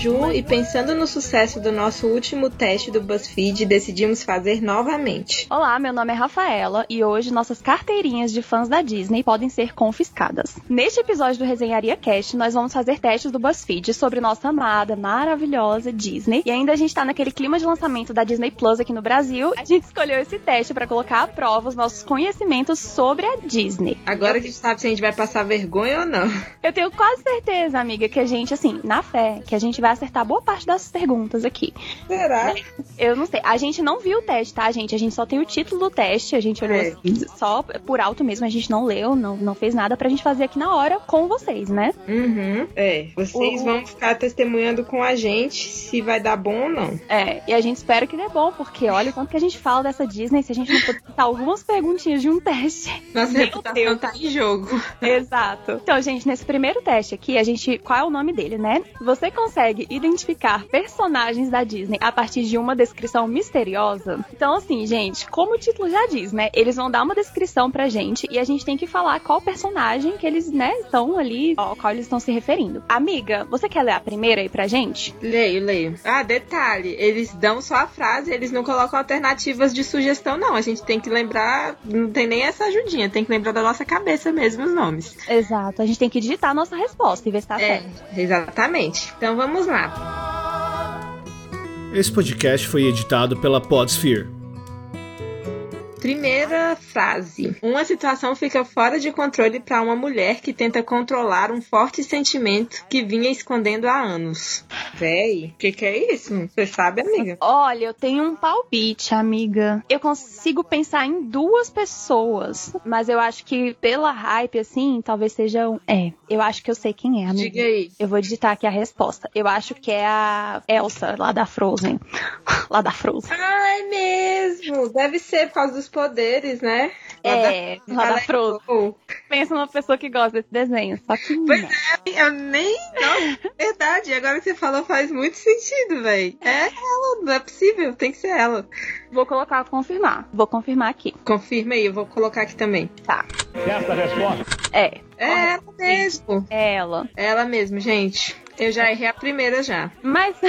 Ju e pensando no sucesso do nosso último teste do BuzzFeed, decidimos fazer novamente. Olá, meu nome é Rafaela e hoje nossas carteirinhas de fãs da Disney podem ser confiscadas. Neste episódio do Resenharia Cast, nós vamos fazer testes do BuzzFeed sobre nossa amada, maravilhosa Disney. E ainda a gente tá naquele clima de lançamento da Disney Plus aqui no Brasil. A gente escolheu esse teste para colocar à prova os nossos conhecimentos sobre a Disney. Agora que a gente sabe se a gente vai passar vergonha ou não. Eu tenho quase certeza, amiga, que a gente, assim, na fé, que a gente vai acertar boa parte das perguntas aqui. Será? Eu não sei. A gente não viu o teste, tá, gente? A gente só tem o título do teste, a gente olhou É. assim, só por alto mesmo, a gente não leu, não, não fez nada pra gente fazer aqui na hora com vocês, né? Uhum. É. Vocês O- vão ficar testemunhando com a gente se vai dar bom ou não. É, e a gente espera que dê bom, porque olha o quanto que a gente fala dessa Disney, se a gente não puder citar algumas perguntinhas de um teste. Nossa Meu reputação Deus. tá em jogo. Exato. Então, gente, nesse primeiro teste aqui, a gente. Qual é o nome dele, né? Você consegue identificar personagens da Disney a partir de uma descrição misteriosa? Então, assim, gente, como o título já diz, né? Eles vão dar uma descrição pra gente e a gente tem que falar qual personagem que eles, né, estão ali, ao qual eles estão se referindo. Amiga, você quer ler a primeira aí pra gente? Leio, leio. Ah, detalhe, eles dão só a frase, eles não colocam alternativas de sugestão, não. A gente tem que lembrar, não tem nem essa ajudinha, tem que lembrar da nossa cabeça mesmo os nomes. Exato. A gente tem que digitar a nossa resposta e ver se tá é, certo. exatamente. Então vamos lá. Esse podcast foi editado pela Podsphere. Primeira frase. Uma situação fica fora de controle para uma mulher que tenta controlar um forte sentimento que vinha escondendo há anos. Véi, o que, que é isso? Você sabe, amiga? Olha, eu tenho um palpite, amiga. Eu consigo pensar em duas pessoas, mas eu acho que pela hype, assim, talvez seja um. É, eu acho que eu sei quem é, amiga. Diga aí. Eu vou digitar aqui a resposta. Eu acho que é a Elsa, lá da Frozen. lá da Frozen. Ah, é mesmo! Deve ser por causa dos poderes, né? É, da- lá ela da é Frozen. boa. Pensa numa pessoa que gosta desse desenho, só que Pois não. Eu nem. Não, verdade. Agora que você falou faz muito sentido, véi. É ela, não é possível, tem que ser ela. Vou colocar, confirmar. Vou confirmar aqui. Confirma aí, eu vou colocar aqui também. Certa resposta. É, É ela mesmo. é ela. É ela mesmo, gente. Eu já errei a primeira já. Mas.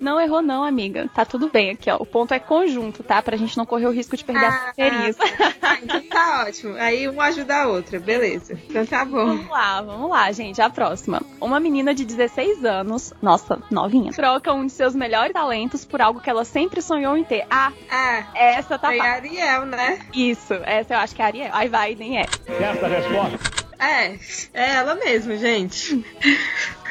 Não errou, não, amiga. Tá tudo bem aqui, ó. O ponto é conjunto, tá? Pra gente não correr o risco de perder Ah. a carteirinha. Ah, então tá ótimo. Aí uma ajuda a outra, beleza. Então tá bom. Vamos lá, vamos lá, gente. A próxima. Uma menina de 16 anos, nossa, novinha, troca um de seus melhores talentos por algo que ela sempre sonhou em ter. Ah, Ah, essa tá foi fácil. a Ariel, né? Isso, essa eu acho que é a Ariel. Aí vai, nem é. Certa resposta. É, é ela mesmo, gente.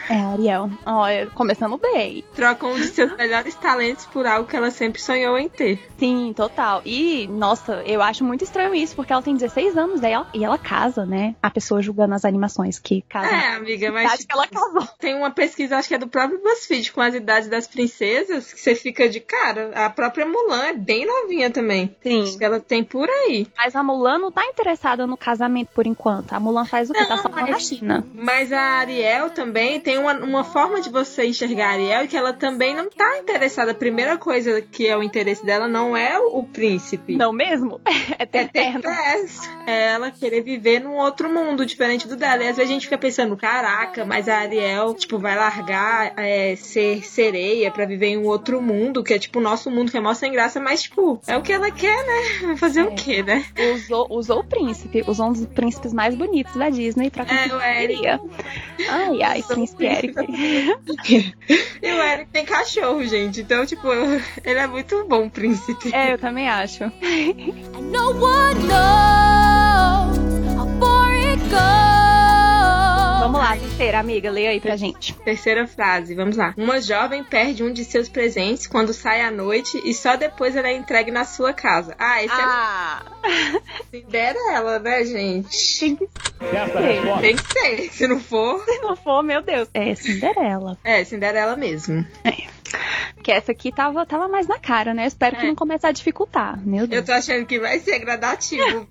É a Ariel. Olha, começando bem. Trocam um de seus melhores talentos por algo que ela sempre sonhou em ter. Sim, total. E, nossa, eu acho muito estranho isso, porque ela tem 16 anos daí ela- e ela casa, né? A pessoa julgando as animações que casam. É, amiga, mas. Acho que ela casou. Tem uma pesquisa, acho que é do próprio BuzzFeed, com as idades das princesas, que você fica de cara. A própria Mulan é bem novinha também. Acho Sim. que ela tem por aí. Mas a Mulan não tá interessada no casamento por enquanto. A Mulan faz o que? Tá só na mas- China. Mas a Ariel também tem uma, uma forma de você enxergar a Ariel que ela também não tá interessada. A primeira coisa que é o interesse dela não é o, o príncipe. Não mesmo? É É eterno. ter pés. É ela querer viver num outro mundo diferente do dela. E às vezes a gente fica pensando, caraca, mas a Ariel, tipo, vai largar é, ser sereia pra viver em um outro mundo, que é tipo o nosso mundo, que é mó sem graça, mas, tipo, é o que ela quer, né? Vai fazer o quê, né? Usou, usou o príncipe, usou um dos príncipes mais bonitos da Disney pra É, o Eric. queria. Ai, ai, príncipe Eric. E o Eric tem cachorro, gente. Então, tipo, ele é muito bom, príncipe. É, eu também acho. And no one knows how far it goes. Vamos lá, terceira amiga, leia aí pra gente. Terceira frase, vamos lá. Uma jovem perde um de seus presentes quando sai à noite e só depois ela é entregue na sua casa. Ah, esse é Ah, Libera ela, né, gente? tem que Certa Sim. resposta. Tem que ser. Se não for, se não for, meu Deus. É Cinderela. é Cinderela mesmo. Que essa aqui tava, tava mais na cara, né? Eu espero que É. não comece a dificultar. Meu Eu Deus. tô achando que vai ser gradativo.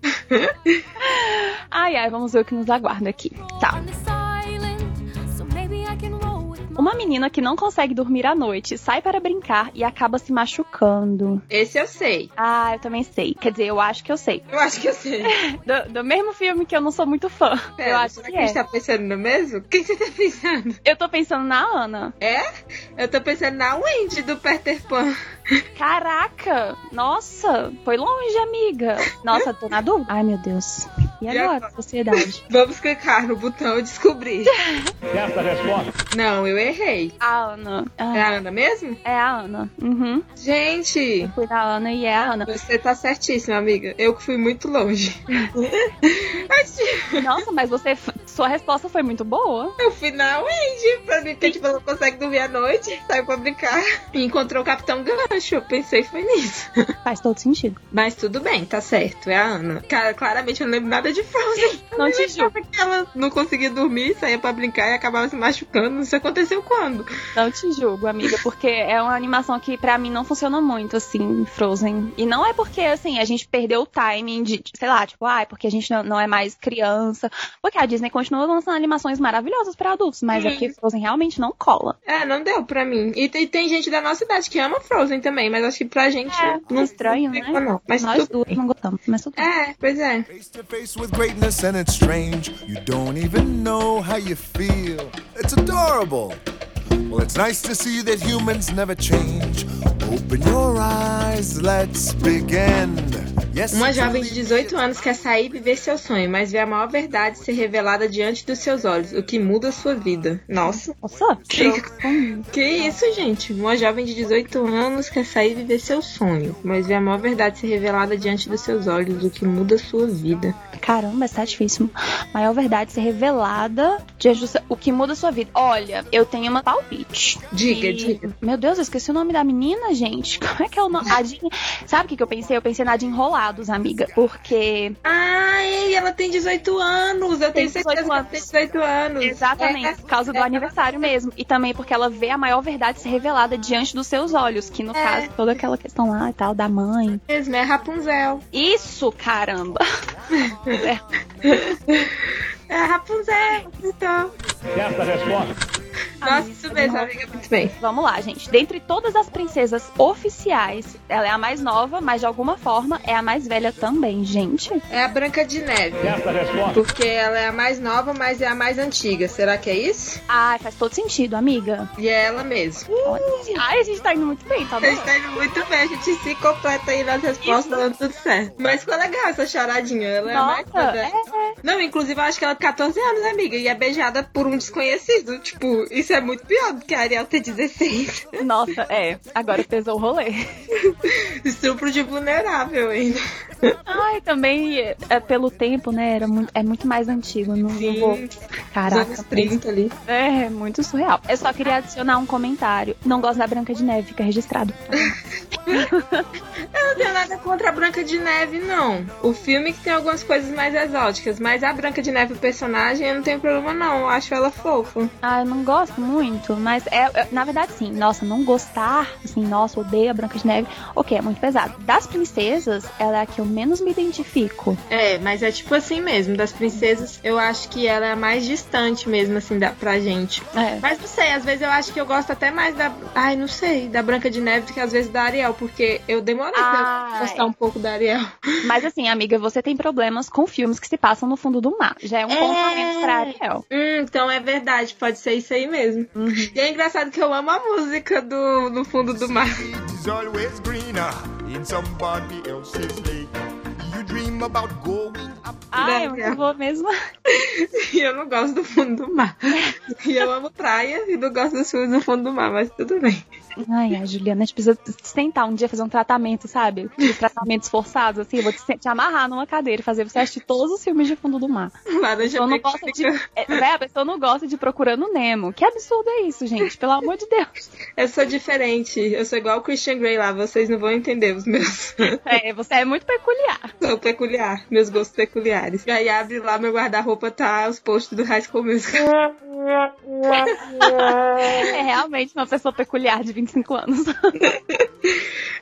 Ai, ai, vamos ver o que nos aguarda aqui. Tá. On this island, so maybe I can roll with Uma menina que não consegue dormir à noite sai para brincar e acaba se machucando. Esse eu sei. Ah, eu também sei. Quer dizer, eu acho que eu sei. Eu acho que eu sei. Do, do mesmo filme que eu não sou muito fã. eu Pera, acho será que que, a gente é. tá pensando no mesmo? O que você tá pensando? Eu tô pensando na Ana. É? Eu tô pensando na Wendy do Peter Pan. Caraca! Nossa, foi longe, amiga. Nossa, tô na dúvida. Ai, meu Deus. E E agora, agora? sociedade? Vamos clicar no botão e descobrir. Certa resposta. Não, eu errei. A Ana. Ah, É a Ana mesmo? é a Ana. Uhum. Gente, Eu fui na Ana e é a Ana. você tá certíssima, amiga. Eu que fui muito longe. Nossa, mas você. Sua resposta foi muito boa. No final, Andy, pra mim, que tipo, ela não consegue dormir à noite, saiu pra brincar e encontrou o Capitão Gancho. Eu pensei que foi nisso. Faz todo sentido. Mas tudo bem, tá certo, é a Ana. Cara, claramente eu não lembro nada de Frozen. Eu Não nem te lembrava que ela não conseguia dormir, saía pra brincar e acabava se machucando. Isso aconteceu quando? Não te julgo, amiga, porque é uma animação que pra mim não funciona muito, assim, Frozen. E não é porque, assim, a gente perdeu o timing de, de- sei lá, tipo, ah, é porque a gente não, não é mais criança. Porque a Disney continua lançando animações maravilhosas pra adultos, mas é Uhum. que Frozen realmente não cola. É, não deu pra mim. E tem, tem gente da nossa idade que ama Frozen também, mas acho que pra gente É, não estranho, não né? ficou, não. Mas Nós tudo duas bem. não gostamos, mas tudo bem. É, pois é. Face to face with greatness, and it's strange. You don't even know how you feel. It's adorable. Well, it's nice to see that humans never change. Open your eyes, let's begin. Yes, Uma it's jovem de only 18 anos quer sair e viver seu sonho, mas vê a maior verdade ser revelada diante dos seus olhos, o que muda a sua vida. Nossa, Nossa, Que- Frozen. que isso, gente? Uma jovem de 18 anos quer sair e viver seu sonho, mas vê a maior verdade ser revelada diante dos seus olhos, o que muda a sua vida. Caramba, está difícil. Maior verdade ser revelada diante do seu- o que muda a sua vida. Olha, eu tenho uma palpite. Diga, E- diga. Meu Deus, eu esqueci o nome da menina, gente. Como é que é o nome? A de- Sabe o que, que eu pensei? Eu pensei na de Enrolados, amiga. Porque. Ai, ela tem 18 anos! Eu Tem tenho certeza 18 que ela tem 18 anos. Exatamente, É, por causa do é. aniversário mesmo. E também porque ela vê a maior verdade ser revelada diante dos seus olhos. Que no É. caso, toda aquela questão lá e tal, da mãe. mesmo, é Rapunzel. Isso, caramba! É Rapunzel, então. Certa resposta. Nossa, isso mesmo, amiga, muito bem. Vamos lá, gente. Dentre todas as princesas oficiais, ela é a mais nova, mas de alguma forma é a mais velha também, gente. É a Branca de Neve. Certa resposta. Porque ela é a mais nova, mas é a mais antiga. Será que é isso? Ai, faz todo sentido, amiga. E é ela mesmo. Olha, Ai, a gente tá indo muito bem, tá bom? Vocês estão indo muito bem, a gente se completa aí nas respostas, dando tudo certo. Mas ficou legal essa charadinha, ela é a mais Nossa, nova. é, Não, inclusive eu acho que ela tem 14 anos, amiga, e é beijada por um desconhecido. Tipo, isso é muito pior do que a Ariel ter 16. é. Nossa, é. Agora pesou o rolê. Estupro de vulnerável ainda. Ai, também, é, é, pelo tempo, né? Era muito, é muito mais antigo. Não, não Sim. vou. Os Caraca. anos 30 ali. É, é muito surreal. Eu só queria adicionar um comentário. Não gosto da Branca de Neve, fica registrado. Eu não tenho nada contra a Branca de Neve, não. O filme que tem algumas coisas mais exóticas, mas a Branca de Neve, o personagem, eu não tenho problema, não. Eu acho ela fofa. Ah, eu não gosto muito, mas é, é- na verdade sim, nossa, não gostar, assim, nossa, odeio a Branca de Neve, ok, é muito pesado. Das princesas, ela é a que eu menos me identifico. É, mas é tipo assim mesmo, das princesas, eu acho que ela é a mais distante mesmo, assim, da, pra gente. É. Mas não sei, às vezes eu acho que eu gosto até mais da. Ai, não sei, da Branca de Neve do que às vezes da Ariel, porque eu demorei pra Ai. gostar um pouco da Ariel. Mas assim, amiga, você tem problemas com filmes que se passam no fundo do mar. Já é um ponto a menos pra Ariel. Hum, então é verdade, pode ser isso aí mesmo. Uhum. E é engraçado que eu amo a música do No Fundo do Mar. It is always greener in somebody else's lake. You dream about going up. Ah, Não, eu não. não vou mesmo. E eu não gosto do fundo do mar. E eu amo praia e não gosto dos filmes do fundo do mar, mas tudo bem. Ai, a Juliana, a gente precisa sentar um dia fazer um tratamento, sabe? Os tratamentos forçados, assim, eu vou te, se- te amarrar numa cadeira e fazer você assistir todos os filmes de fundo do mar. Laranja pessoa não Mecânica. gosta de. É, véi, a pessoa não gosta de procurando Nemo. Que absurdo é isso, gente? Pelo amor de Deus. Eu sou diferente. Eu sou igual o Christian Grey lá. Vocês não vão entender os meus. É, você é muito peculiar. sou peculiar. Meus gostos peculiares. E aí abre lá meu guarda-roupa, tá os posts do High School Musical. É realmente uma pessoa peculiar de 25 anos.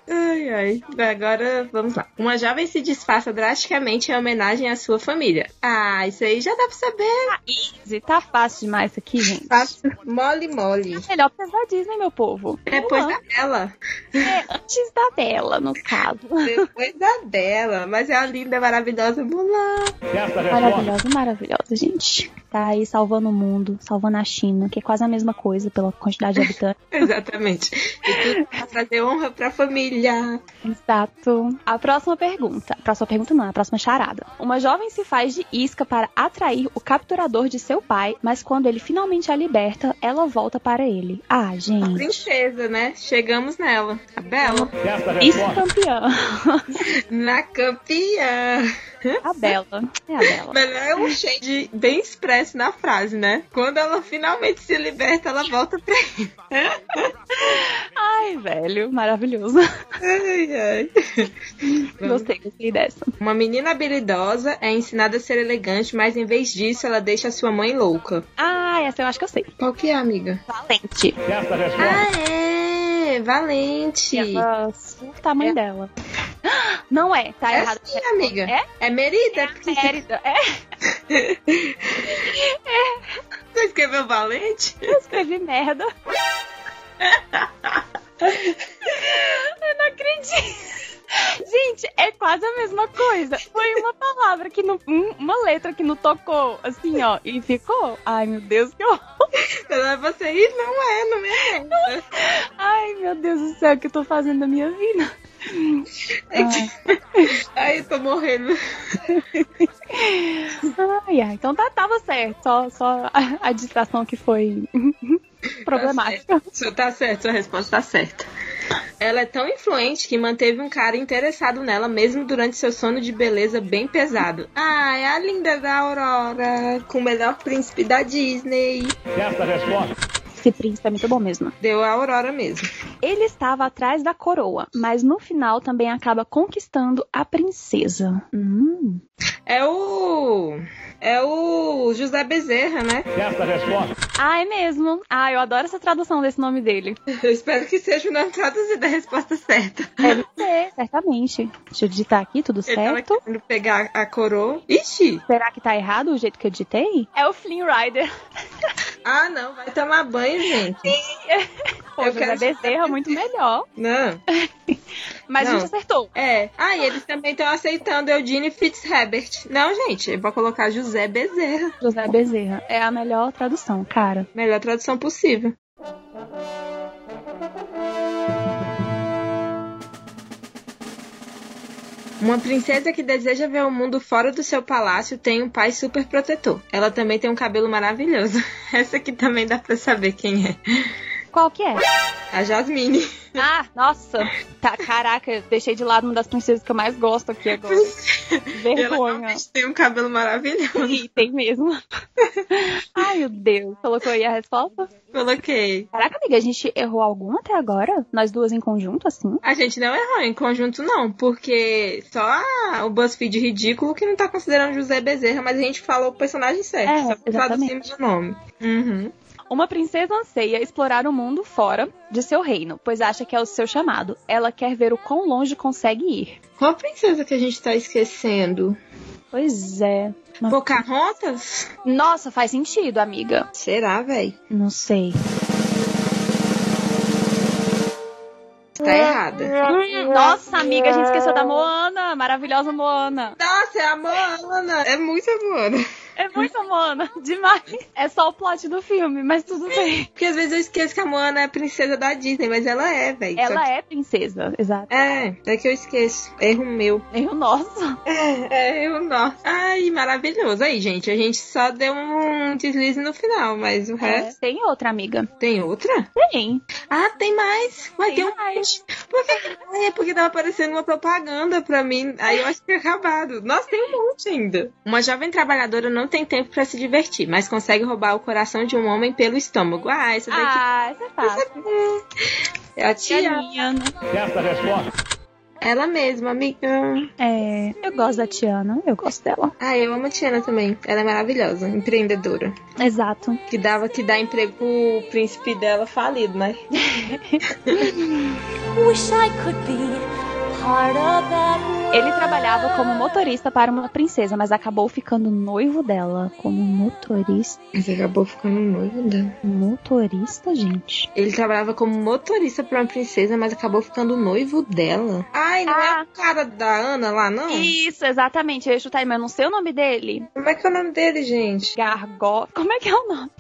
Ai, ai. Agora vamos lá. Uma jovem se disfarça drasticamente em homenagem à sua família. Ah, isso aí já dá pra saber. Easy, tá fácil demais isso aqui, gente. Fácil. Mole, mole. Melhor pesar Disney, meu povo. Depois Vamos da Bela. lá. É, antes da dela, no caso. Depois da Bela. Mas é a linda, maravilhosa Mulan. Essa resposta. Maravilhosa, maravilhosa, gente. Tá aí salvando o mundo, salvando a China, que é quase a mesma coisa pela quantidade de habitantes. Exatamente. E tudo pra trazer honra pra família. Exato. A próxima pergunta. A próxima pergunta não, a próxima charada. Uma jovem se faz de isca para atrair o capturador de seu pai, mas quando ele finalmente a liberta, ela volta para ele. Ah, gente. Princesa, né? Chegamos nela. A Bela. Essa Isca resposta. é campeã. Na campeã. A Bela. É a Bela. Melhor é um shade bem expresso na frase, né? Quando ela finalmente se liberta, ela volta pra ele. Ai, velho. Maravilhoso. Ai, ai. Vamos. Gostei, gostei dessa. Uma menina habilidosa é ensinada a ser elegante, mas em vez disso ela deixa sua mãe louca. Ah, essa eu acho que eu sei. Qual que é, amiga? Valente. Essa resposta. Ah, é! Valente! Ela surta a mãe É. dela. Não é, tá É errado. sim, amiga. É? É Merida? É porque Mérida. É, Você escreveu Valente? eu escrevi merda. Eu não acredito. Gente, é quase a mesma coisa. Foi uma palavra que não. um- Uma letra que não tocou, assim, ó, e ficou. Ai, meu Deus, que horror. Ela é você e não é, não é. merda. Ai, meu Deus do céu, o que eu tô fazendo da minha vida? É Ai, eu tô morrendo. Ai, ai. Então tá, tava certo. Só, só a, a distração que foi problemática. Isso tá certo, sua resposta tá certa. Ela é tão influente que manteve um cara interessado nela mesmo durante seu sono de beleza bem pesado. Ah, é a linda da Aurora, com o melhor príncipe da Disney. Essa resposta. Esse príncipe é muito bom mesmo. Deu a Aurora mesmo. Ele estava atrás da coroa, mas no final também acaba conquistando a princesa. Hum. É o. É o José Bezerra, né? Essa resposta. Ah, é mesmo. Ah, eu adoro essa tradução desse nome dele. Eu espero que seja uma traduzida a resposta certa. Deve ser, certamente. Deixa eu digitar aqui, tudo Ele tava certo. querendo pegar a coroa. Ixi! Será que tá errado o jeito que eu digitei? É o Flynn Rider. Ah, não, vai tomar banho, gente. Pô, Eu José quero digitar Bezerra, muito melhor. Não. Mas a Não. gente acertou. É. Ah, e eles também estão aceitando Eudine Fitzherbert. Não, gente, eu vou colocar José Bezerra. José Bezerra. É a melhor tradução, cara. Melhor tradução possível. Uma princesa que deseja ver o mundo fora do seu palácio tem um pai super protetor. Ela também tem um cabelo maravilhoso. Essa aqui também dá pra saber quem é. Qual que é? A Jasmine. Ah, nossa. Tá, caraca, eu deixei de lado uma das princesas que eu mais gosto aqui agora. Ela Vergonha. realmente tem um cabelo maravilhoso. Ih, tem mesmo. Ai, meu Deus. Colocou aí a resposta? Coloquei. Caraca, amiga, a gente errou alguma até agora? Nós duas em conjunto, assim? A gente não errou em conjunto, não, porque só a- o BuzzFeed ridículo que não tá considerando José Bezerra, mas a gente falou o personagem certo. É, só exatamente. traduzimos o nome. Uhum. Uma princesa anseia explorar o mundo fora de seu reino, pois acha que é o seu chamado. Ela quer ver o quão longe consegue ir. Qual a princesa que a gente tá esquecendo? Pois é. Uma- Pocahontas? Nossa, faz sentido, amiga. Será, véi? Não sei. Tá Ah. errada. Nossa, amiga, a gente esqueceu da Moana. Maravilhosa Moana. Nossa, é a Moana! É muito a Moana. É muito Moana. Demais. É só o plot do filme, mas tudo bem. Porque às vezes eu esqueço que a Moana é a princesa da Disney, mas ela é, véi. Ela é princesa, exato. é. É, é que eu esqueço. Erro meu. Nem o nosso. É, eu não. Ai, maravilhoso. Aí, gente, a gente só deu um deslize no final, mas o É, resto. Tem outra, amiga. Tem outra? Tem. Ah, tem mais. Mas tem, Tem um. mais. Por que- Ah, É porque tava aparecendo uma propaganda pra mim. Aí eu acho que é acabado. Nossa, tem um monte ainda. Uma jovem trabalhadora não tem tempo pra se divertir, mas consegue roubar o coração de um homem pelo estômago. Ah, essa daqui Ah, essa é fácil. é a tia. Tianinha, né? Essa resposta. Ela mesma, amiga. É, eu gosto da Tiana, eu gosto dela. Ah, eu amo a Tiana também. Ela é maravilhosa, empreendedora. Exato. Que dava que dá emprego pro príncipe dela falido, né? Wish I could be part of that. Ele trabalhava como motorista para uma princesa, mas acabou ficando noivo dela. Como motorista? Mas acabou ficando noivo dela. Motorista, gente? Ele trabalhava como motorista pra uma princesa, mas acabou ficando noivo dela. Ai, não é Ah. o cara da Ana lá, não? Isso, exatamente. Eu ia chutar, mas eu não sei o nome dele. Como é que é o nome dele, gente? Gargó. Como é que é o nome?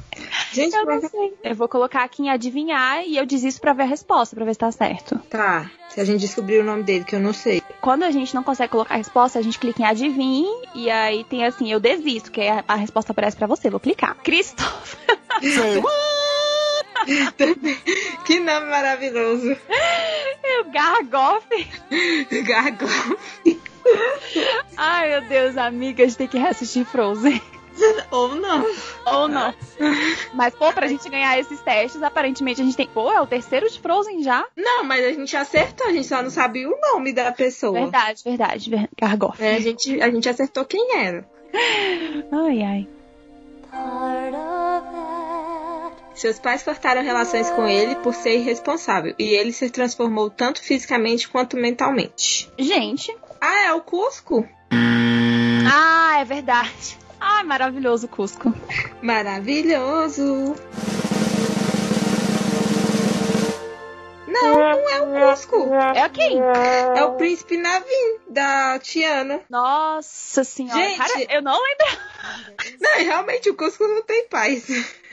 Gente, Eu como é não que- sei. Eu vou colocar aqui em adivinhar e eu desisto pra ver a resposta, pra ver se tá certo. tá. Se a gente descobrir o nome dele, que eu não sei. Quando a gente não consegue colocar a resposta, a gente clica em adivinhe e aí tem assim, eu desisto, que aí a, a resposta aparece pra você. Vou clicar. Christopher. Say what? Que nome maravilhoso. Gargoff. Gargo. Ai, meu Deus, amiga, a gente tem que reassistir Frozen. Ou não. Ou não. Mas, pô, pra gente ganhar esses testes, aparentemente a gente tem. Pô, é o terceiro de Frozen já? Não, mas a gente acertou, a gente só não sabia o nome da pessoa. Verdade, verdade. ver- Gargoff. É, a, gente, a gente acertou quem era. Ai, ai. Part of that. Seus pais cortaram relações com ele por ser irresponsável. E ele se transformou tanto fisicamente quanto mentalmente. Gente. Ah, é o Cusco? Ah, é verdade. Ai, maravilhoso Cusco. Maravilhoso. Não, não é o Cusco. É quem? É o príncipe Navin, da Tiana. Nossa senhora. Gente. Cara, eu não lembro. Não, e realmente o Cusco não tem paz.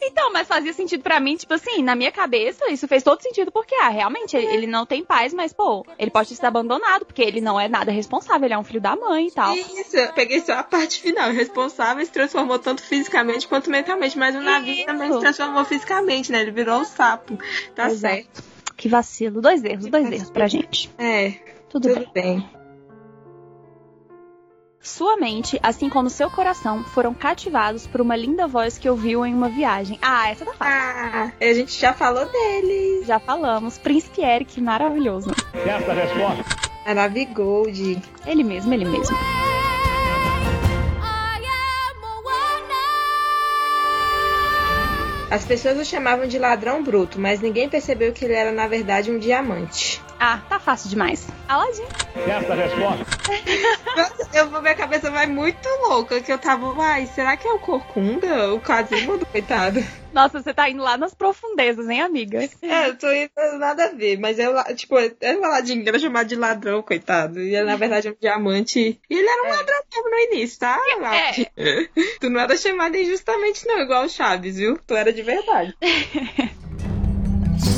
Então, mas fazia sentido pra mim, tipo assim, na minha cabeça, isso fez todo sentido, porque, ah, realmente, ele, ele não tem paz, mas, pô, ele pode ser abandonado, porque ele não é nada responsável, ele é um filho da mãe e tal. Isso, eu peguei só a parte final. O responsável se transformou tanto fisicamente quanto mentalmente, mas o navio Isso. também se transformou fisicamente, né? Ele virou um sapo. Tá Exato. certo. Que vacilo. Dois erros, dois erros pra gente. É, Tudo bem. tudo bem. Sua mente, assim como seu coração, foram cativados por uma linda voz que ouviu em uma viagem. Ah, essa tá fácil. Ah, a gente já falou dele. Já falamos. Príncipe Eric, maravilhoso. Essa resposta. Maravigold. Ele mesmo, ele mesmo. I am a winner. As pessoas o chamavam de ladrão bruto, mas ninguém percebeu que ele era, na verdade, um diamante. Ah, tá fácil demais. Aladdin. Essa resposta. Nossa, eu, minha cabeça vai muito louca, que eu tava, ai, será que é o Corcunda? O Quasimodo, coitado. Nossa, você tá indo lá nas profundezas, hein, amiga? É, eu tô indo nada a ver, mas é, o la- tipo, é falar de era chamado de ladrão, coitado. E na verdade é um diamante. E ele era um ladrão mesmo no início, tá? Laud? Tu não era chamado injustamente, não, igual o Chaves, viu? Tu era de verdade.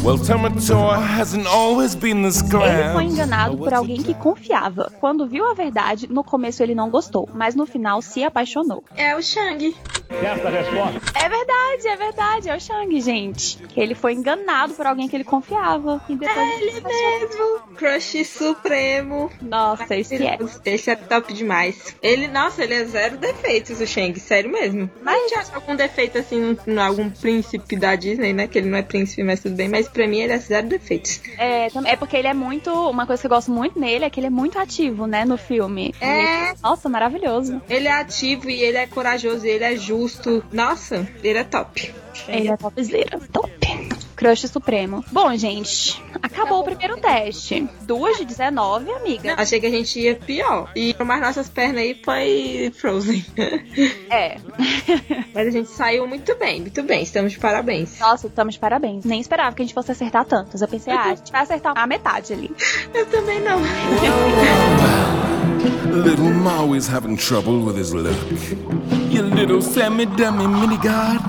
Well, Temperature hasn't always been this Ele glam. foi enganado por alguém que confiava. Quando viu a verdade, no começo ele não gostou, mas no final se apaixonou. É o Shang. Essa resposta. É verdade, é verdade, é o Shang, gente. Que ele foi enganado por alguém que ele confiava. E depois ele se apaixonou. É Mesmo. Crush supremo. Nossa, esse é. Esse é top demais. Ele, nossa, ele é zero defeitos, o Shang, sério mesmo. Mas já algum defeito assim, em algum príncipe da Disney, né? Que ele não é príncipe, mas tudo bem. Mas pra mim ele é zero defeitos. É, tam- é porque ele é muito. Uma coisa que eu gosto muito nele é que ele é muito ativo, né, no filme. E É. ele- tipo, Nossa, maravilhoso. Ele é ativo e ele é corajoso e ele é justo. Nossa, ele é top. Ele é topzera. Top. Crush Supremo. Bom, gente, acabou o primeiro teste. Duas de 19, amiga. Achei que a gente ia pior. E mas nossas pernas aí foi Frozen. É. Mas a gente saiu muito bem, muito bem. Estamos de parabéns. Nossa, estamos de parabéns. Nem esperava que a gente fosse acertar tantas. Eu pensei, Uhum. ah, a gente vai acertar a metade ali. Eu também não. Little Maui's having trouble with his lip. You little semi dummy mini god.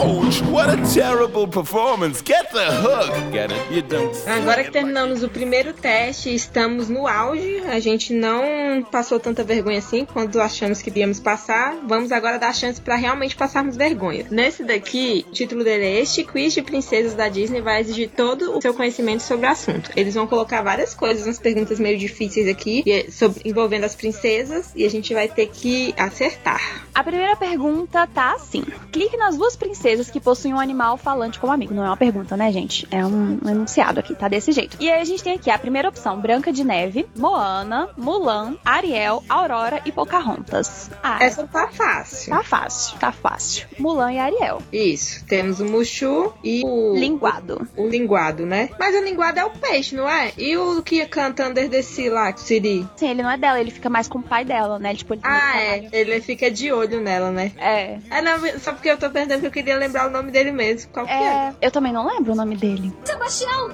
Ouch! What a terrible performance! Get the hook! Get it? You don't. Agora que terminamos o primeiro teste, estamos no auge. A gente não passou tanta vergonha assim quando achamos que íamos passar. Vamos agora dar chance pra realmente passarmos vergonha. Nesse daqui, o título dele é Este Quiz de Princesas da Disney vai exigir todo o seu conhecimento sobre o assunto. Eles vão colocar várias coisas, umas perguntas meio difíceis aqui, e é sobre- envolvendo as princesas, e a gente vai ter que acertar. A primeira pergunta tá assim: clique nas duas princesas que possuem um animal falante como amigo. Não é uma pergunta, né, gente? É um enunciado aqui, tá desse jeito. E aí a gente tem aqui a primeira opção: Branca de Neve, Moana, Mulan, Ariel, Aurora e Pocahontas. Ah, Essa tá fácil. tá fácil, tá fácil. Mulan e Ariel. Isso. Temos o Mushu e o. Linguado. O linguado, né? Mas o linguado é o peixe, não é? E o que canta Under the Sea lá, Siri? Sim, ele não é dela, ele fica mais com o pai dela, né? Tipo, ele Ah, é. Ele fica de olho nela, né? É. É, não, só porque eu tô perdendo que eu queria lembrar o nome dele mesmo. Qual que é? É, eu também não lembro o nome dele.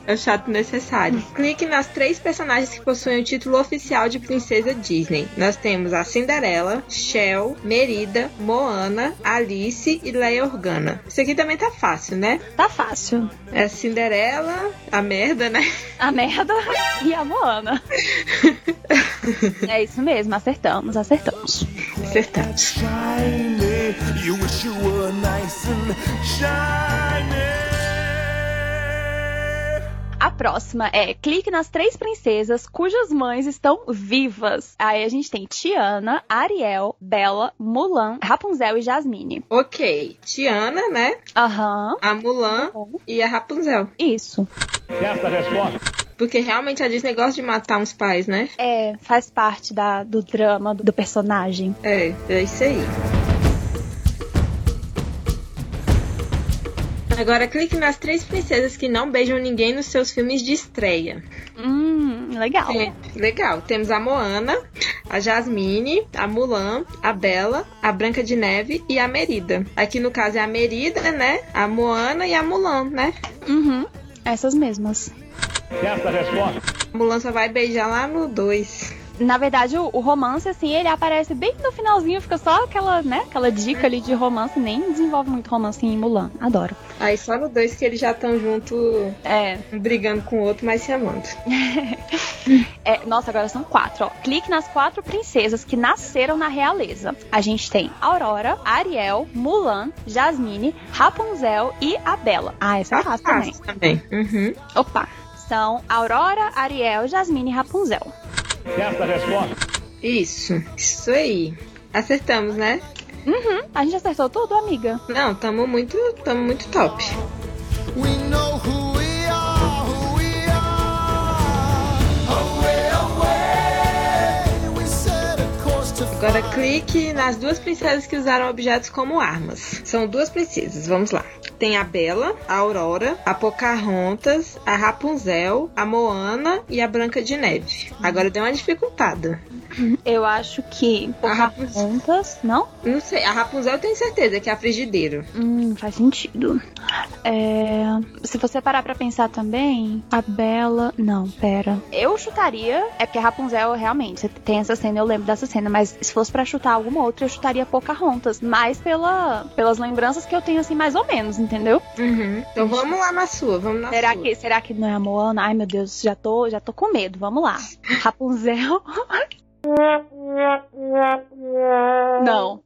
É o chato necessário. Clique nas três personagens que possuem o título oficial de Princesa Disney. Nós temos a Cinderela, Shell, Merida, Moana, Alice e Leia Organa. Isso aqui também tá fácil, né? Tá fácil. É a Cinderela, a merda, né? A merda e a Moana. é isso mesmo, acertamos, acertamos. Acertamos. Shiny, you wish you were nice and shiny. A próxima é clique nas três princesas cujas mães estão vivas. Aí a gente tem Tiana, Ariel, Bela, Mulan, Rapunzel e Jasmine. Ok. Tiana, né? Aham. A Mulan e a Rapunzel. Isso. Certa resposta. Porque realmente a Disney gosta de matar uns pais, né? É, faz parte da, do drama do, do personagem. É, é isso aí. Agora clique nas três princesas que não beijam ninguém nos seus filmes de estreia. Hum, legal. É, legal. Temos a Moana, a Jasmine, a Mulan, a Bela, a Branca de Neve e a Merida. Aqui no caso é a Merida, né? A Moana e a Mulan, né? Uhum. Essas mesmas. Certa resposta. A Mulan só vai beijar lá no 2. Na verdade, o, o romance, assim, ele aparece bem no finalzinho, fica só aquela, né, aquela dica ali de romance, nem desenvolve muito romance em Mulan. Adoro. Aí só no 2 que eles já estão junto, É, um brigando com o outro, mas se amando. É, nossa, agora são quatro, ó. Clique nas quatro princesas que nasceram na realeza. A gente tem Aurora, Ariel, Mulan, Jasmine, Rapunzel e a Bela. Ah, essa é fácil também. Tá Fácil também. Uhum. Opa. São Aurora, Ariel, Jasmine e Rapunzel. Certa resposta. Isso, isso aí. Acertamos, né? Uhum, a gente acertou tudo, amiga? Não, tamo muito, tamo muito top. We know who we are, who we are. Away, away, we set a course to Agora clique nas duas princesas que usaram objetos como armas. São duas princesas, vamos lá. Tem a Bela, a Aurora, a Pocahontas, a Rapunzel, a Moana e a Branca de Neve. Agora deu uma dificultada. Eu acho que Pocahontas, não? Não sei, a Rapunzel eu tenho certeza que é a frigideira. Hum, faz sentido. É, se você parar pra pensar também, a Bela. Não, pera. Eu chutaria. É porque a Rapunzel, realmente, tem essa cena, eu lembro dessa cena, mas se fosse pra chutar alguma outra, eu chutaria Pocahontas. Mas pela, pelas lembranças que eu tenho, assim, mais ou menos, entendeu? Uhum. Então vamos lá na sua, vamos na Será sua. que, será que não é a Moana? Ai, meu Deus, já tô, já tô com medo. Vamos lá. Rapunzel. não.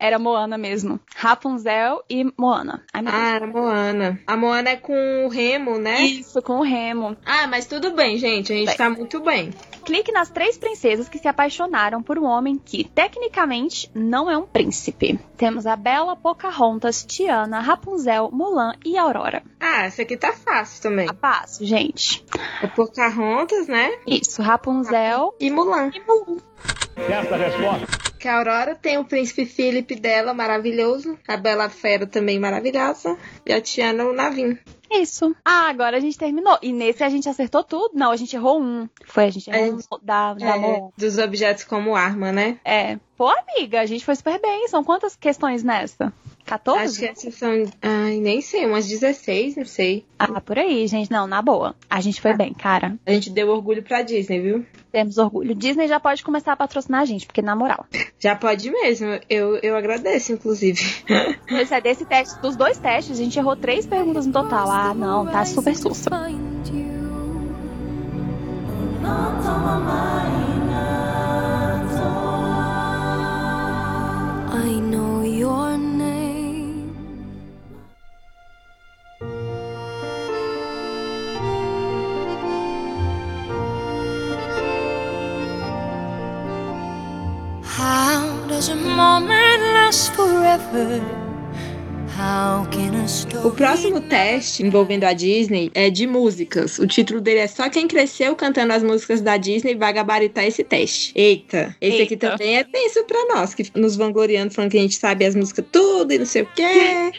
Era Moana mesmo. Rapunzel e Moana. Ai, meu Deus. Ah, a Moana. A Moana é com o Remo, né? Isso, com o remo. Ah, mas tudo bem, gente. A gente Bem. tá muito bem. Clique nas três princesas que se apaixonaram por um homem que, tecnicamente, não é um príncipe. Temos a Bela, Pocahontas, Tiana, Rapunzel, Mulan e Aurora. Ah, essa aqui tá fácil também. A passo, gente. É Pocahontas, né? Isso, Rapunzel E Mulan. e Mulan. Certa resposta. Que a Aurora tem o príncipe Philip dela, maravilhoso. A Bela Fera também maravilhosa. E a Tiana o Navim. Isso. Ah, agora a gente terminou. E nesse a gente acertou tudo. Não, a gente errou um. Foi, a gente É, errou um da, da Moana. dos objetos como arma, né? É. Pô, amiga, a gente foi super bem. São quantas questões nessa? 14? Acho que é. essas são. Ai, nem sei, umas 16, não sei. Ah, por aí, gente. Não, na boa. A gente Ah. foi bem, cara. A gente deu orgulho pra Disney, viu? Temos orgulho. Disney já pode começar a patrocinar a gente, porque na moral. Já pode mesmo. Eu, eu agradeço, inclusive. Esse é desse teste, dos dois testes, a gente errou três perguntas no total. Ah, não, tá super sussa. Find you. Not on my mind at all. I know your name. How does a moment last forever? How talk in a story. O próximo teste envolvendo a Disney é de músicas. O título dele é Só Quem Cresceu Cantando as Músicas da Disney vai gabaritar esse teste. Eita, esse aqui Eita. também é tenso pra nós, que nos vangloriando falando que a gente sabe as músicas tudo e não sei o quê,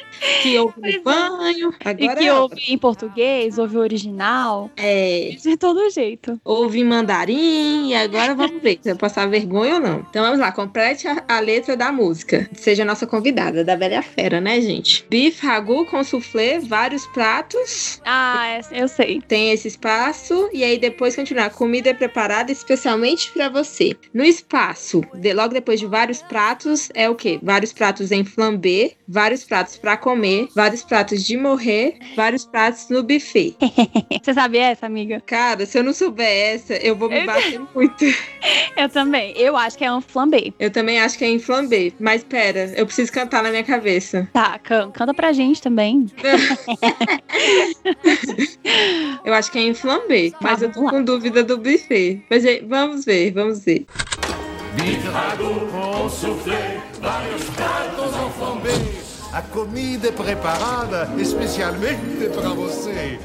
que ouve no banho. Agora é. e que é outra. ouve em português, ouve o original, é, de todo jeito. ouve em mandarim e agora vamos ver se eu passar vergonha ou não. Então vamos lá, complete a, a letra da música. Seja nossa convidada, da Bela e a Fera, né, gente? Bife, ragu com soufflé, vários pratos. Ah, essa eu sei. tem esse espaço e aí depois continuar. Comida é preparada especialmente para você. No espaço, de- logo depois de vários pratos, é o quê? Vários pratos em flambé, vários pratos para comer, vários pratos de morrer, vários pratos no buffet. Você sabe essa, amiga? Cara, se eu não souber essa, eu vou me bater muito. Eu também. Eu acho que é um flambé. Eu também acho que é em flambé, mas pera, eu preciso cantar na minha cabeça. Tá, can- canta pra gente também. Eu acho que é em flambé, mas eu tô com dúvida do buffet. Mas eh, vamos ver, vamos ver. A comida é preparada especialmente para você.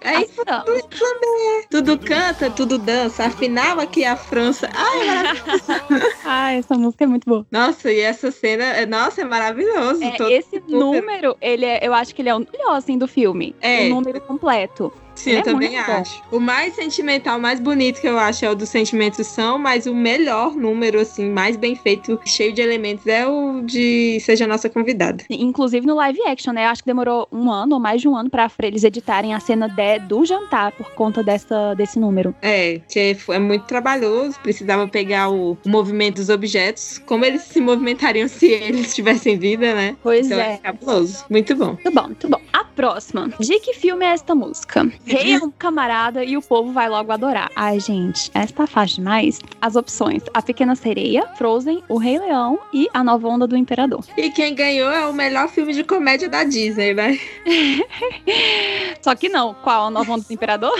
É isso. Então, Tudo flambé. Tudo canta, tudo dança. Afinal, aqui é a França. Ai, maravilhoso. ah, essa música é muito boa. Nossa, e essa cena, é- nossa, é maravilhoso. É, Todo- esse número, ele é, eu acho que ele é o melhor, assim, do filme. É. O número completo. Sim, é eu também muito bom. acho. O mais sentimental, o mais bonito que eu acho é o dos sentimentos são, mas o melhor número, assim, mais bem feito, cheio de elementos, é o de Seja Nossa Convidada. Inclusive no live action, né? Eu acho que demorou um ano ou mais de um ano pra eles editarem a cena de- do jantar por conta dessa, desse número. É, que é muito trabalhoso, precisava pegar o movimento dos objetos, como eles se movimentariam se eles tivessem vida, né? Pois Então é. é cabuloso. Muito bom. Muito bom, muito bom. A próxima. De que filme é esta música? Rei é um camarada e o povo vai logo adorar. Ai, gente, essa tá fácil demais. As opções: A Pequena Sereia, Frozen, O Rei Leão e A Nova Onda do Imperador. E quem ganhou é o melhor filme de comédia da Disney, né? Só que não. Qual? A Nova Onda do Imperador?